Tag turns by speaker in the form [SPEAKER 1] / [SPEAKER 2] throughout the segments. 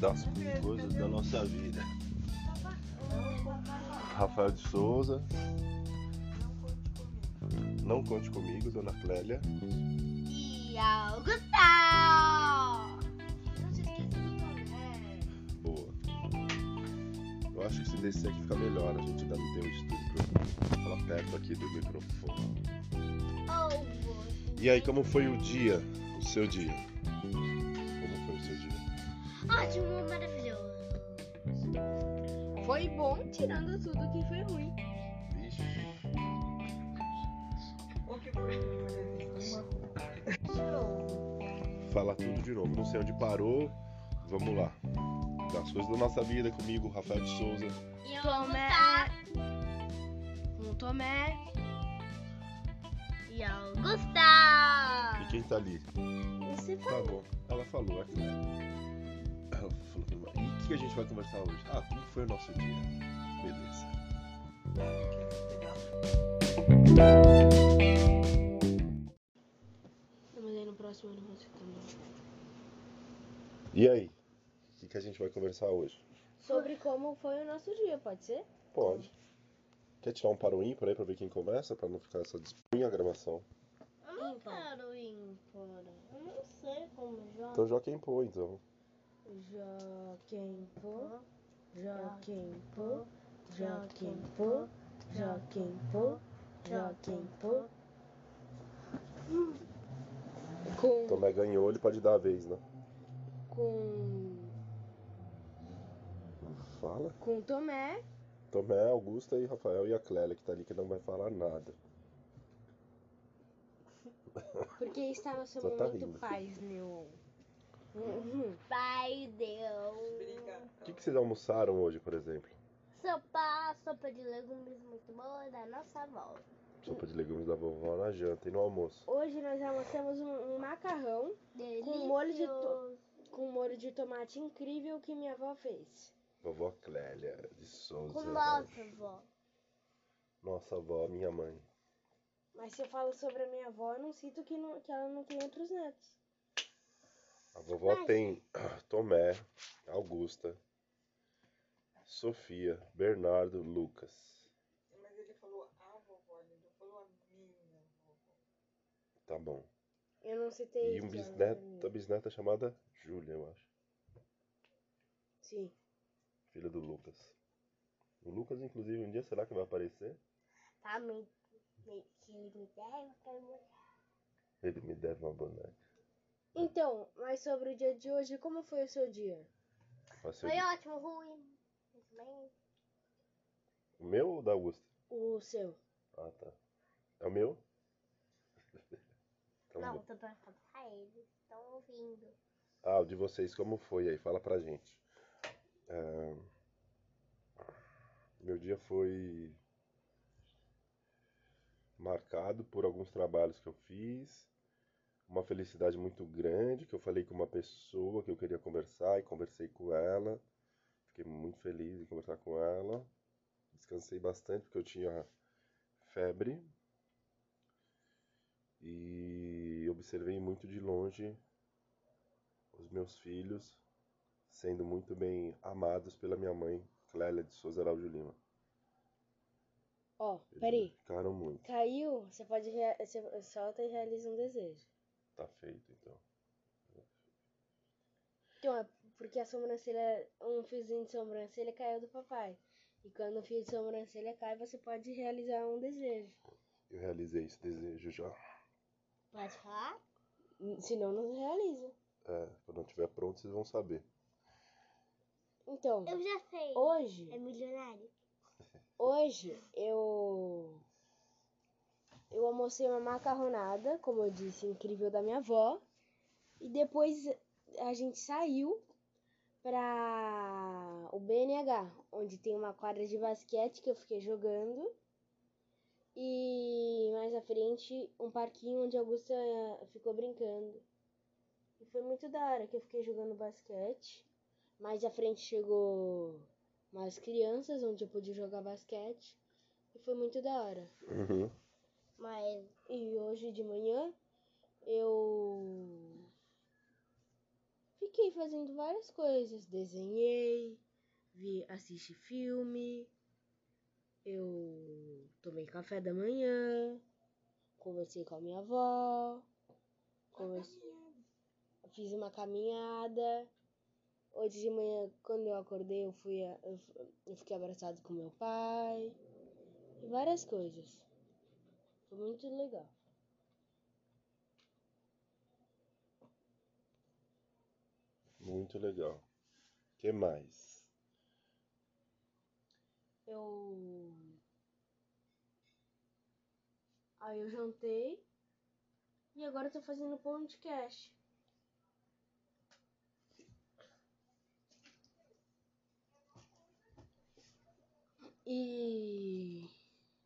[SPEAKER 1] das coisas da nossa vida. Rafael de Souza. Não conte comigo, Dona Clélia.
[SPEAKER 2] E Augustão!
[SPEAKER 1] Boa. Eu acho que se descer aqui fica melhor. A gente ainda não tem um estúdio pra falar perto aqui do microfone.
[SPEAKER 2] Ovo.
[SPEAKER 1] E aí, como foi o dia? O seu dia? Como foi o seu dia?
[SPEAKER 2] Ótimo, maravilhoso.
[SPEAKER 3] Foi bom tirando tudo que foi ruim.
[SPEAKER 1] Vixe. Fala tudo de novo. Não sei onde parou. Vamos lá. Das coisas da nossa vida comigo, Rafael de Souza.
[SPEAKER 2] E
[SPEAKER 3] Tomé.
[SPEAKER 2] Augustão.
[SPEAKER 3] Com Tomé.
[SPEAKER 2] E
[SPEAKER 1] E
[SPEAKER 2] Augustão.
[SPEAKER 1] quem tá ali?
[SPEAKER 3] Você
[SPEAKER 1] Tá bom. Ela falou, é claro. Ela falou. que não vai. E o que a gente vai conversar hoje? Ah, como foi o nosso dia? Beleza.
[SPEAKER 3] Eu mandei no próximo ano você também.
[SPEAKER 1] E aí? O que, que a gente vai conversar hoje?
[SPEAKER 3] Sobre como foi o nosso dia, pode ser?
[SPEAKER 1] Pode. Quer tirar um paroim por aí pra ver quem começa? Pra não ficar essa disputa a gravação.
[SPEAKER 2] Eu não
[SPEAKER 3] Ímpar.
[SPEAKER 2] quero ir embora. Eu não sei como joga.
[SPEAKER 1] Então já quem pô, então.
[SPEAKER 3] Joaquim Pô, Joaquim Pô, Joaquim Pô, Joaquim Pô, Joaquim Pô. Com.
[SPEAKER 1] Tomé ganhou, ele pode dar a vez, né?
[SPEAKER 3] Com.
[SPEAKER 1] Fala.
[SPEAKER 3] Com Tomé.
[SPEAKER 1] Tomé, Augusta e Rafael e a Clélia que tá ali que não vai falar nada.
[SPEAKER 3] Porque está no seu
[SPEAKER 1] Só tá
[SPEAKER 3] momento
[SPEAKER 1] rindo.
[SPEAKER 3] paz, Uhum. Neon.
[SPEAKER 2] Pai Deus.
[SPEAKER 1] O que, que vocês almoçaram hoje, por exemplo?
[SPEAKER 2] Sopa, sopa de legumes muito boa da nossa avó.
[SPEAKER 1] Sopa de legumes da vovó na janta e no almoço.
[SPEAKER 3] Hoje nós almoçamos um, um macarrão Com molho de to-
[SPEAKER 2] Delicioso.
[SPEAKER 3] com um molho de tomate incrível que minha avó fez.
[SPEAKER 1] Vovó Clélia de Souza.
[SPEAKER 2] Com nossa avó.
[SPEAKER 1] Nossa avó, minha mãe.
[SPEAKER 3] Mas se eu falo sobre a minha avó, eu não sinto que, não- que ela não tem outros netos.
[SPEAKER 1] A vovó
[SPEAKER 2] Mas-
[SPEAKER 1] tem Tomé, Augusta, Sofia, Bernardo, Lucas.
[SPEAKER 4] Mas ele falou a vovó, ele não falou a minha vovó.
[SPEAKER 1] Tá bom.
[SPEAKER 3] Eu não citei
[SPEAKER 1] E um
[SPEAKER 3] que ela
[SPEAKER 1] bisneto, a
[SPEAKER 3] tem.
[SPEAKER 1] bisneta chamada Júlia, eu acho.
[SPEAKER 3] Sim.
[SPEAKER 1] Filha do Lucas. O Lucas, inclusive, um dia será que vai aparecer?
[SPEAKER 2] Tá me. me que me deve pra mim.
[SPEAKER 1] Ele me deve uma boneca.
[SPEAKER 3] Então, mas sobre o dia de hoje, como foi o seu dia?
[SPEAKER 1] Vai ser o
[SPEAKER 2] Foi
[SPEAKER 1] de-
[SPEAKER 2] ótimo, ruim. Muito bem.
[SPEAKER 1] O meu ou da Augusta?
[SPEAKER 3] O seu.
[SPEAKER 1] Ah, tá. É o meu? Então,
[SPEAKER 2] Não,
[SPEAKER 1] bom.
[SPEAKER 2] tô perguntando pra eles. Estão ouvindo.
[SPEAKER 1] Ah, o de vocês, como foi aí? Fala pra gente. É, Meu dia foi marcado por alguns trabalhos que eu fiz, uma felicidade muito grande, que eu falei com uma pessoa que eu queria conversar e conversei com ela. Fiquei muito feliz em conversar com ela. Descansei bastante porque eu tinha febre. E observei muito de longe os meus filhos sendo muito bem amados pela minha mãe, Clélia de Souza Araújo Lima.
[SPEAKER 3] Ó,
[SPEAKER 1] Eles
[SPEAKER 3] peraí.
[SPEAKER 1] Ficaram muito.
[SPEAKER 3] Caiu, você pode. Rea... Você solta e realiza um desejo.
[SPEAKER 1] Tá feito, então.
[SPEAKER 3] Então, é porque a sobrancelha. Um fiozinho de sobrancelha caiu do papai. E quando o fio de sobrancelha cai, você pode realizar um desejo.
[SPEAKER 1] Eu realizei esse desejo já.
[SPEAKER 2] Pode falar?
[SPEAKER 3] Senão, não realiza.
[SPEAKER 1] É, quando eu estiver pronto, vocês vão saber.
[SPEAKER 3] Então,
[SPEAKER 2] Eu já sei.
[SPEAKER 3] hoje.
[SPEAKER 2] É milionário.
[SPEAKER 3] Hoje eu eu almocei uma macarronada, como eu disse, incrível da minha avó. E depois a gente saiu pra o BNH, onde tem uma quadra de basquete que eu fiquei jogando. E mais à frente um parquinho onde a Augusta ficou brincando. E foi muito da hora que eu fiquei jogando basquete. Mais à frente chegou umas crianças onde eu pude jogar basquete e foi muito da hora.
[SPEAKER 1] Uhum.
[SPEAKER 2] Mas
[SPEAKER 3] E hoje de manhã eu Fiquei fazendo várias coisas. Desenhei, vi, assisti filme, eu tomei café da manhã, conversei com a minha avó, conversei fiz uma caminhada. Hoje de manhã, quando eu acordei, eu, fui a- eu f- eu fiquei abraçado com meu pai. Várias coisas. Foi muito legal.
[SPEAKER 1] Muito legal. que mais?
[SPEAKER 3] Eu. Aí eu jantei. E agora eu tô fazendo podcast. E.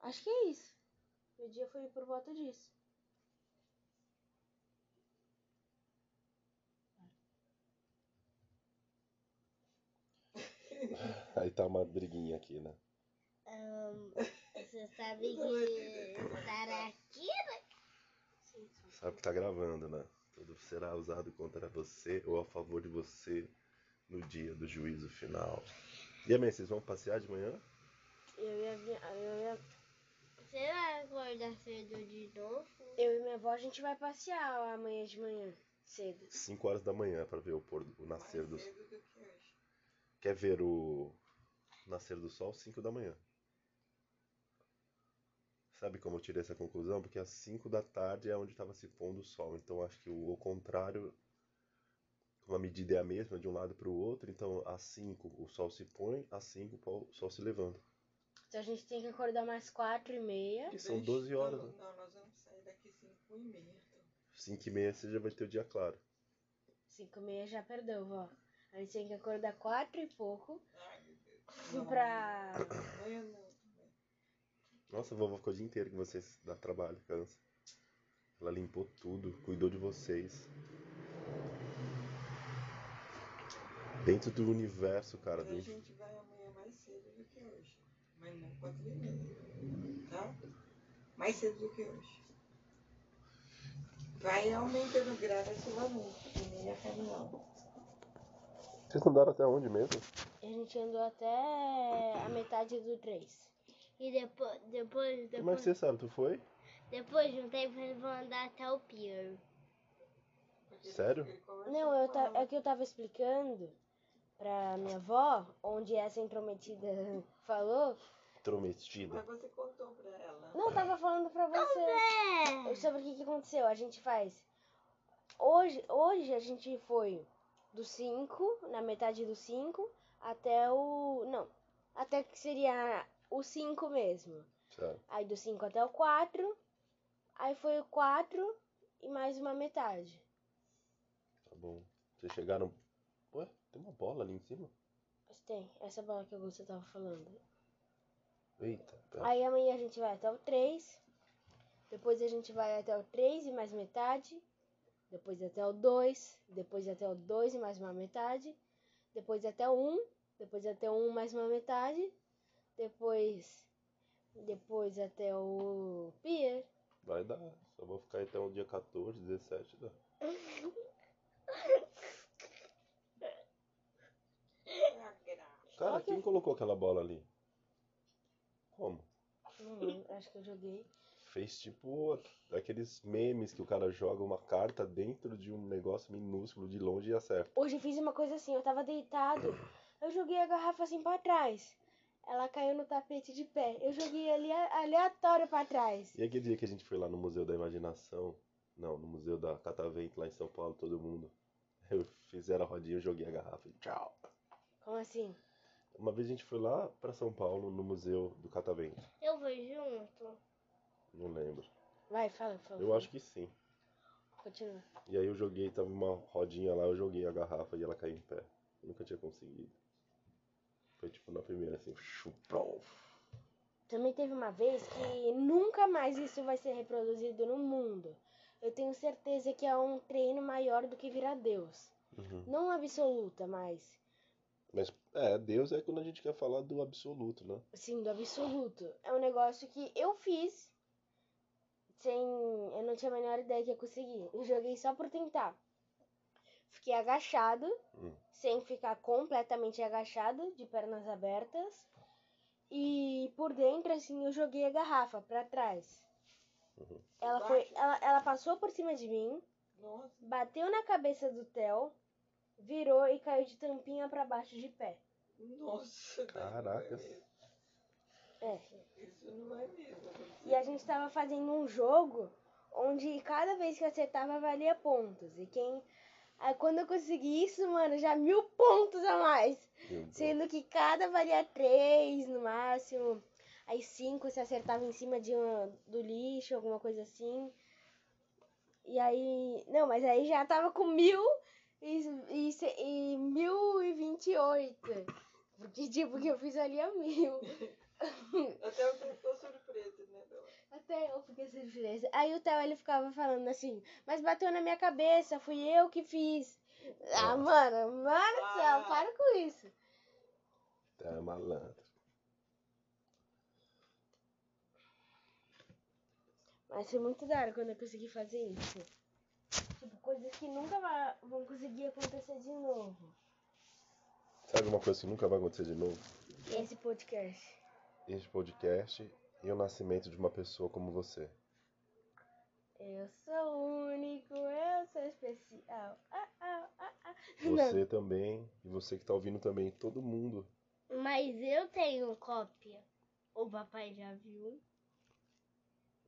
[SPEAKER 3] Acho que é isso. Meu dia foi por volta disso.
[SPEAKER 1] Aí tá uma briguinha aqui, né?
[SPEAKER 2] Você sabe que estar aqui
[SPEAKER 1] Sabe que tá gravando, né? Tudo será usado contra você ou a favor de você no dia do juízo final. E amém, vocês vão passear de manhã?
[SPEAKER 3] Eu e, a minha, eu, e a-
[SPEAKER 2] Você vai acordar cedo de novo?
[SPEAKER 3] eu e minha avó a gente vai passear amanhã de manhã, cedo.
[SPEAKER 1] 5 horas da manhã pra ver o pôr do o
[SPEAKER 4] Mais
[SPEAKER 1] nascer do sol.
[SPEAKER 4] cedo do que hoje.
[SPEAKER 1] Quer ver o nascer do sol 5 da manhã? Sabe como eu tirei essa conclusão? Porque às 5 da tarde é onde estava se pondo o sol. Então acho que o, o contrário, como a medida é a mesma de um lado para o outro, então às 5 o sol se põe, às 5 o pau- o sol se levanta.
[SPEAKER 3] Então a gente tem que acordar mais quatro e meia.
[SPEAKER 1] Que
[SPEAKER 4] E
[SPEAKER 1] são
[SPEAKER 4] daí-
[SPEAKER 1] 12 horas,
[SPEAKER 4] Não,
[SPEAKER 1] né?
[SPEAKER 4] não, nós vamos sair daqui 5 e meia. então.
[SPEAKER 1] 5 e meia você já vai ter o dia claro.
[SPEAKER 3] Cinco e meia já perdeu, vó. A gente tem que acordar quatro e pouco
[SPEAKER 4] Ai, meu Deus. Não,
[SPEAKER 3] pra.
[SPEAKER 4] Amanhã não.
[SPEAKER 1] Nossa, a vovó ficou o dia inteiro com vocês, dá trabalho, cansa. Ela limpou tudo, cuidou de vocês. Dentro do universo, cara.
[SPEAKER 4] Então a
[SPEAKER 1] Dentro...
[SPEAKER 4] gente vai amanhã mais cedo do que hoje. Mas não 4 e meia. Tá? Mais cedo do que hoje. Vai aumentando gradativamente, que nem a caminhão.
[SPEAKER 1] Vocês andaram até onde mesmo?
[SPEAKER 3] A gente andou até a metade do três.
[SPEAKER 2] E depois, depois,
[SPEAKER 1] Como é
[SPEAKER 2] depois,
[SPEAKER 1] que você sabe? Tu foi?
[SPEAKER 2] depois de um tempo eles vão andar até o pier.
[SPEAKER 4] Porque
[SPEAKER 1] Sério?
[SPEAKER 4] ele conversou
[SPEAKER 3] Não, eu
[SPEAKER 4] com
[SPEAKER 3] ta...
[SPEAKER 4] ela.
[SPEAKER 3] é que eu tava explicando pra minha avó, onde essa intrometida falou.
[SPEAKER 4] Mas
[SPEAKER 1] Intrometida.
[SPEAKER 4] você contou pra ela.
[SPEAKER 3] Não, eu tava falando pra você.
[SPEAKER 2] É.
[SPEAKER 3] sobre o que, que aconteceu. A gente faz. Hoje, hoje a gente foi do 5, na metade do 5, até o. Não. Até que seria o 5 mesmo.
[SPEAKER 1] Sabe?
[SPEAKER 3] Aí do 5 até o 4. Aí foi o 4 e mais uma metade.
[SPEAKER 1] Tá bom. Vocês chegaram. Ué, tem uma bola ali em cima?
[SPEAKER 3] Mas tem, essa bola que você tava falando.
[SPEAKER 1] Eita, pera.
[SPEAKER 3] Aí amanhã a gente vai até o 3. Depois a gente vai até o 3 e mais metade. Depois até o 2. Depois até o 2 e mais uma metade. Depois até o 1. Depois até o 1 mais uma metade. Depois. Depois até o Pier.
[SPEAKER 1] Vai dar. Só vou ficar até o dia 14, 17, dá.
[SPEAKER 4] É a graça.
[SPEAKER 1] Cara,
[SPEAKER 3] Ok.
[SPEAKER 1] quem colocou aquela bola ali? Como?
[SPEAKER 3] Não lembro, acho que eu joguei.
[SPEAKER 1] Fez tipo aqueles memes que o cara joga uma carta dentro de um negócio minúsculo de longe e acerta.
[SPEAKER 3] Hoje eu fiz uma coisa assim, eu tava deitado. Eu joguei a garrafa assim pra trás. Ela caiu no tapete de pé. Eu joguei ali aleatório pra trás.
[SPEAKER 1] E aquele dia que a gente foi lá no Museu da Imaginação, não, no Museu da Catavento, lá em São Paulo, todo mundo. Eu fizeram a rodinha, eu joguei a garrafa e tchau.
[SPEAKER 3] Como assim?
[SPEAKER 1] Uma vez a gente foi lá pra São Paulo, no Museu do Catavento.
[SPEAKER 2] Eu vou junto.
[SPEAKER 1] Não lembro.
[SPEAKER 3] Vai, fala, fala.
[SPEAKER 1] Eu acho que sim.
[SPEAKER 3] Continua.
[SPEAKER 1] E aí eu joguei, tava uma rodinha lá, eu joguei a garrafa e ela caiu em pé. Eu nunca tinha conseguido. Foi tipo na primeira assim, chupão.
[SPEAKER 3] Também teve uma vez que nunca mais isso vai ser reproduzido no mundo. Eu tenho certeza que é um treino maior do que virar Deus.
[SPEAKER 1] Uhum.
[SPEAKER 3] Não absoluta, mas
[SPEAKER 1] Mas é, Deus é quando a gente quer falar do absoluto, né?
[SPEAKER 3] assim, do absoluto. É um negócio que eu fiz sem. Eu não tinha a menor ideia que ia conseguir. Eu joguei só por tentar. Fiquei agachado,
[SPEAKER 1] Hum.
[SPEAKER 3] sem ficar completamente agachado, de pernas abertas. E por dentro, assim, eu joguei a garrafa pra trás.
[SPEAKER 1] Uhum.
[SPEAKER 3] Ela,
[SPEAKER 4] Bate.
[SPEAKER 3] foi, ela, ela passou por cima de mim,
[SPEAKER 4] Nossa,
[SPEAKER 3] bateu na cabeça do Theo, virou e caiu de tampinha pra baixo de pé.
[SPEAKER 4] nossa. tá
[SPEAKER 1] Caracas.
[SPEAKER 3] É.
[SPEAKER 4] Isso não é vai mesmo. acontecer.
[SPEAKER 3] E a gente tava fazendo um jogo onde cada vez que acertava valia pontos. E quem. Aí quando eu consegui isso, mano, já mil pontos a mais.
[SPEAKER 1] Meu Deus.
[SPEAKER 3] Sendo que cada valia três no máximo. Aí cinco se acertava em cima de uma, do lixo, alguma coisa assim. E aí. Não, mas aí já tava com mil e, e, se- e mil e vinte e oito. Porque tipo, que eu fiz ali a mil.
[SPEAKER 4] Até eu tô surpresa, né, Bela?
[SPEAKER 3] Até eu fiquei surpresa. Aí o Theo ele ficava falando assim, mas bateu na minha cabeça, fui eu que fiz. Ah, mano, mano do
[SPEAKER 4] Ah.
[SPEAKER 3] céu, para com isso.
[SPEAKER 1] Tá malandro.
[SPEAKER 3] Mas foi muito da hora quando eu consegui fazer isso. Tipo, coisas que nunca va- vão conseguir acontecer de novo.
[SPEAKER 1] Sabe uma coisa que nunca vai acontecer de novo?
[SPEAKER 3] Esse podcast.
[SPEAKER 1] Este podcast e o nascimento de uma pessoa como você.
[SPEAKER 3] Eu sou único, eu sou especial. Ah, ah, ah, ah. Não,
[SPEAKER 1] Você também, e você que tá ouvindo também, todo mundo.
[SPEAKER 2] Mas eu tenho cópia. O papai já viu.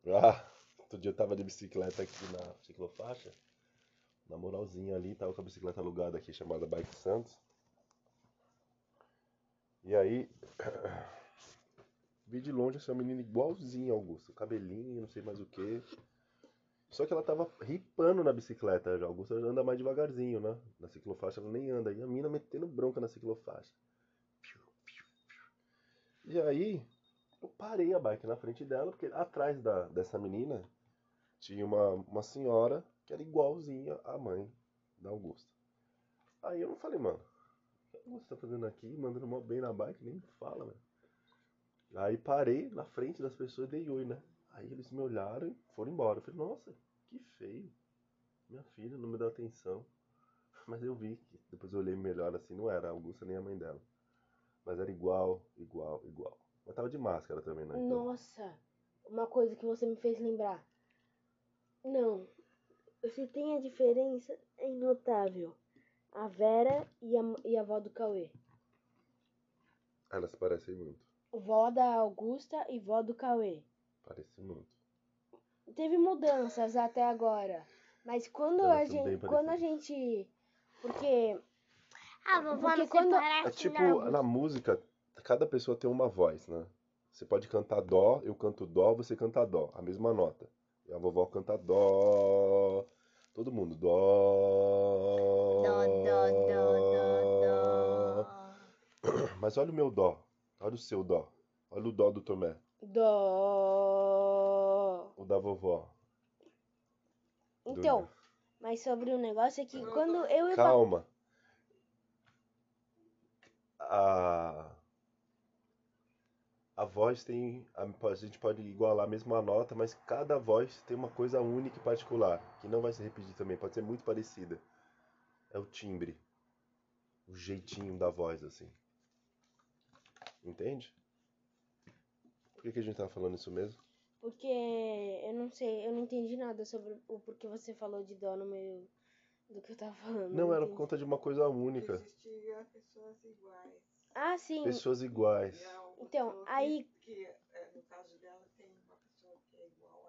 [SPEAKER 1] Ah, outro dia eu tava de bicicleta aqui na ciclofaixa, na moralzinha ali, tava com a bicicleta alugada aqui, chamada Bike Santos. E aí, vi de longe essa menina igualzinha ao Augusto, cabelinho, não sei mais o que. Só que ela tava ripando na bicicleta, já. Augusto anda mais devagarzinho, né? Na ciclofaixa ela nem anda, e a mina metendo bronca na ciclofaixa. Piu, piu, piu. E aí, eu parei a bike na frente dela, porque atrás da, dessa menina tinha uma, uma senhora que era igualzinha à mãe da Augusta. Aí eu não falei, mano, o que a Augusta tá fazendo aqui, mandando mó bem na bike, nem fala, velho. Aí parei na frente das pessoas e dei oi, né? Aí eles me olharam e foram embora. Eu falei, nossa, que feio. Minha filha não me deu atenção. Mas eu vi que depois eu olhei melhor assim, não era a Augusta nem a mãe dela. Mas era igual, igual, igual. Mas tava de máscara também, né? Então-
[SPEAKER 3] Nossa, uma coisa que você me fez lembrar. Não, se tem a diferença, é notável. A Vera e a, e a avó do Cauê.
[SPEAKER 1] Elas se parecem muito.
[SPEAKER 3] Vó da Augusta e vó do Cauê.
[SPEAKER 1] Parecem muito.
[SPEAKER 3] Teve mudanças até agora. Mas quando
[SPEAKER 1] Elas
[SPEAKER 3] a
[SPEAKER 1] são bem
[SPEAKER 3] gente. Quando a
[SPEAKER 1] parecidas.
[SPEAKER 3] gente. Porque.
[SPEAKER 2] Ah, vovó,
[SPEAKER 3] Porque
[SPEAKER 2] não
[SPEAKER 3] quando-
[SPEAKER 2] quando... parece
[SPEAKER 1] É tipo,
[SPEAKER 2] não.
[SPEAKER 1] na música, cada pessoa tem uma voz, né? Você pode cantar dó, eu canto dó, você canta dó, a mesma nota. E a vovó canta dó. Todo mundo dó.
[SPEAKER 2] Dó, dó,
[SPEAKER 1] Ah,
[SPEAKER 2] dó, dó, dó.
[SPEAKER 4] Ah,
[SPEAKER 1] Mas olha o meu dó. Olha o seu dó. Olha o dó do Tomé.
[SPEAKER 3] Dó.
[SPEAKER 1] O da vovó. Do-
[SPEAKER 3] Então, mas sobre o negócio é que
[SPEAKER 4] Não,
[SPEAKER 3] quando
[SPEAKER 4] não.
[SPEAKER 3] eu e o papai.
[SPEAKER 1] Calma. A... A voz tem. A, a gente pode igualar a mesma nota, mas cada voz tem uma coisa única e particular, que não vai se repetir também, pode ser muito parecida. É o timbre. O jeitinho da voz, assim. Entende? Por que, que a gente tá falando isso mesmo?
[SPEAKER 3] Porque eu não sei, eu não entendi nada sobre o porquê você falou de dó no meio do que eu tava falando.
[SPEAKER 1] Não, era por
[SPEAKER 3] entendi.
[SPEAKER 1] conta de uma coisa
[SPEAKER 4] Porque
[SPEAKER 1] única.
[SPEAKER 4] existia pessoas iguais.
[SPEAKER 3] Ah, sim.
[SPEAKER 1] Pessoas iguais.
[SPEAKER 4] E há uma
[SPEAKER 3] Então,
[SPEAKER 4] pessoa que-
[SPEAKER 3] aí-
[SPEAKER 4] Que, é, no caso dela, tem uma pessoa que é igual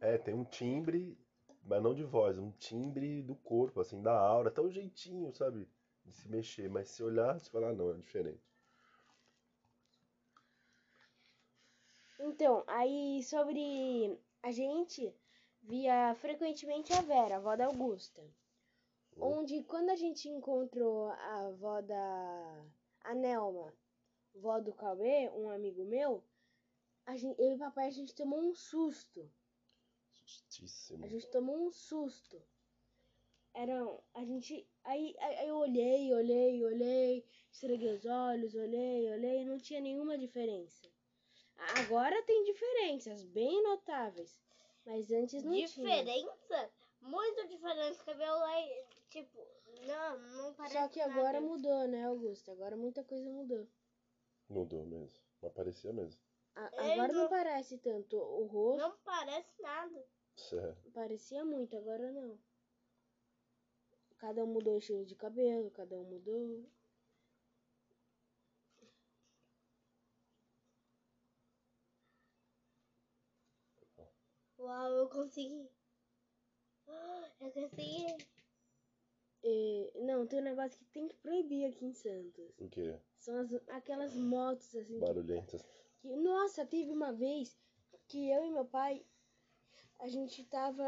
[SPEAKER 4] a ela.
[SPEAKER 1] É, tem um timbre, mas não de voz, um timbre do corpo, assim, da aura, até o jeitinho, sabe? De se mexer, mas se olhar, você fala, ah, não, é diferente.
[SPEAKER 3] Então, aí sobre a gente via frequentemente a Vera, a avó da Augusta.
[SPEAKER 1] Hum.
[SPEAKER 3] Onde quando a gente encontrou a avó da a Nelma, vó do Cauê, um amigo meu, a gente, eu e papai a gente tomou um susto.
[SPEAKER 1] Justíssimo.
[SPEAKER 3] A gente tomou um susto. Era. um- A gente. Aí, aí- aí eu olhei, olhei, olhei, estreguei os olhos, olhei, olhei, e não tinha nenhuma diferença. Agora tem diferenças bem notáveis. Mas antes não tinha.
[SPEAKER 2] Diferença? Muito diferente. grande cabelo lá e, tipo, não, não parece
[SPEAKER 3] Só que agora
[SPEAKER 2] nada.
[SPEAKER 3] mudou, né, Augusto? Agora muita coisa mudou.
[SPEAKER 1] Mudou mesmo. Mas parecia mesmo.
[SPEAKER 3] A-
[SPEAKER 2] É,
[SPEAKER 3] agora não
[SPEAKER 2] não-
[SPEAKER 3] parece tanto. O rosto
[SPEAKER 2] Não parece nada.
[SPEAKER 1] Sério.
[SPEAKER 3] parecia muito, agora não. Cada um mudou o estilo de cabelo, cada um mudou.
[SPEAKER 2] Uau, eu consegui. Ah, Eu consegui.
[SPEAKER 3] E- não, tem um negócio que tem que proibir aqui em Santos.
[SPEAKER 1] O quê?
[SPEAKER 3] São as- aquelas motos assim que
[SPEAKER 1] Barulhentas.
[SPEAKER 3] que- nossa, teve uma vez que eu e meu pai a gente tava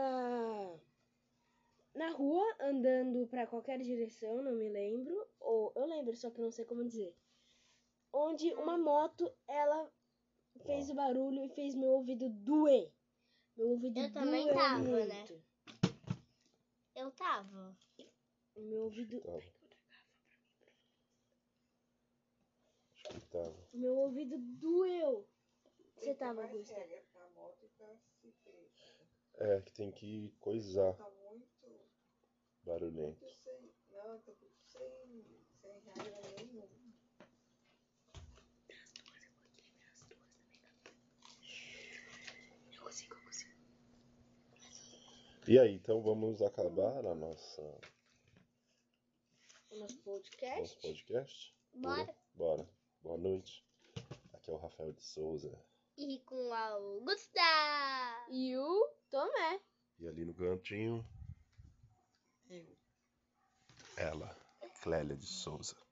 [SPEAKER 3] na rua andando pra qualquer direção, não me lembro, ou eu lembro, só que eu não sei como dizer. Onde uma moto, ela fez o barulho e fez meu ouvido doer. Meu ouvido
[SPEAKER 2] Eu também
[SPEAKER 3] doeu
[SPEAKER 2] tava, né?
[SPEAKER 3] muito.
[SPEAKER 2] Eu tava.
[SPEAKER 3] Meu ouvido,
[SPEAKER 1] Tava. Tava.
[SPEAKER 3] meu ouvido doeu. Você
[SPEAKER 4] Tem que ter
[SPEAKER 3] tava,
[SPEAKER 4] mais
[SPEAKER 3] Augusto?
[SPEAKER 4] regra pra moto e pra ciclista.
[SPEAKER 1] É, que tem que coisar
[SPEAKER 4] Tá muito,
[SPEAKER 1] barulhento.
[SPEAKER 4] muito sem. Não, tá muito sem, sem regra nenhuma.
[SPEAKER 1] E aí, então vamos acabar a nossa,
[SPEAKER 3] O nosso
[SPEAKER 1] nosso
[SPEAKER 3] podcast?
[SPEAKER 1] podcast?
[SPEAKER 2] Bora.
[SPEAKER 1] Bora. Boa noite. Aqui é o Rafael de Souza.
[SPEAKER 2] E com a Augusta.
[SPEAKER 3] E o Tomé.
[SPEAKER 1] E ali no cantinho,
[SPEAKER 4] Eu.
[SPEAKER 1] ela, Clélia de Souza.